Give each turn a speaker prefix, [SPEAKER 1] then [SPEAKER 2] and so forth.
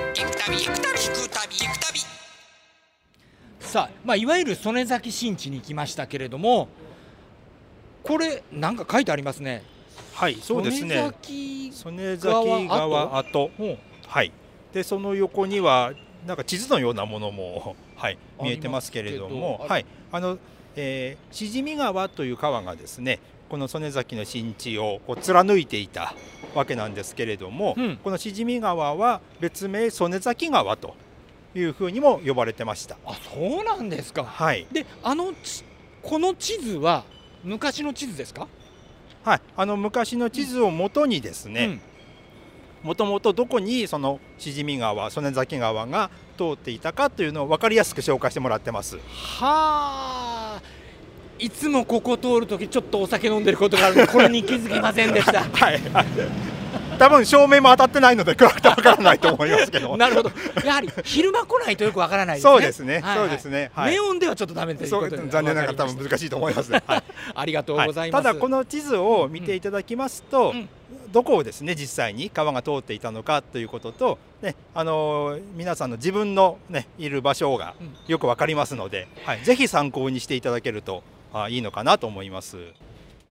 [SPEAKER 1] 旅行く旅行く旅行く旅
[SPEAKER 2] さあ、まあ、いわゆる曽根崎新地に来ましたけれどもこれなんか書いてありますね
[SPEAKER 3] はい、そうです
[SPEAKER 2] 曽根
[SPEAKER 3] ね。
[SPEAKER 2] 崎
[SPEAKER 3] 曽根崎川跡。
[SPEAKER 2] も
[SPEAKER 3] はい。で、その横には、なんか地図のようなものも、 はい、
[SPEAKER 2] あ
[SPEAKER 3] 見えてますけれど
[SPEAKER 2] ります
[SPEAKER 3] も
[SPEAKER 2] けど。
[SPEAKER 3] はい、あの、えー、しじみ川という川がですね。この曽根崎の新地をこう貫いていたわけなんですけれども、
[SPEAKER 2] うん
[SPEAKER 3] このしじみ川は別名曽根崎川というふうにも呼ばれてました。
[SPEAKER 2] あそうなんですか
[SPEAKER 3] はい、
[SPEAKER 2] であのちこの地図は昔の地図ですか
[SPEAKER 3] はい、あの昔の地図をもとにですね、もともとどこにそのしじみ川曽根崎川が通っていたかというのを分かりやすく紹介してもらってます
[SPEAKER 2] うんはあいつもここ通るときちょっとお酒飲んでることがあるのでこれに気づきませんでした
[SPEAKER 3] はい多分照明も当たってないので暗くて分からないと思いますけど
[SPEAKER 2] なるほどやはり昼間来ないとよくわからないですね
[SPEAKER 3] そうですね、
[SPEAKER 2] はいはい
[SPEAKER 3] そうですね、はい
[SPEAKER 2] ネオンではちょっとダメという
[SPEAKER 3] そ
[SPEAKER 2] こ
[SPEAKER 3] う
[SPEAKER 2] とで
[SPEAKER 3] 残念ながら多
[SPEAKER 2] わかりま
[SPEAKER 3] 分難しいと思いますね、はい
[SPEAKER 2] したありがとう
[SPEAKER 3] はい
[SPEAKER 2] ございま
[SPEAKER 3] た
[SPEAKER 2] す、
[SPEAKER 3] だこの地図を見ていただきます
[SPEAKER 2] う
[SPEAKER 3] と、
[SPEAKER 2] ん
[SPEAKER 3] どこをですね実際に川が通っていたのかということと、ねあのー皆さんの自分の、ね、いる場所が
[SPEAKER 2] うん
[SPEAKER 3] よくわかりますので、はい、ぜひ参考にしていただけるとあいいのかなと思います。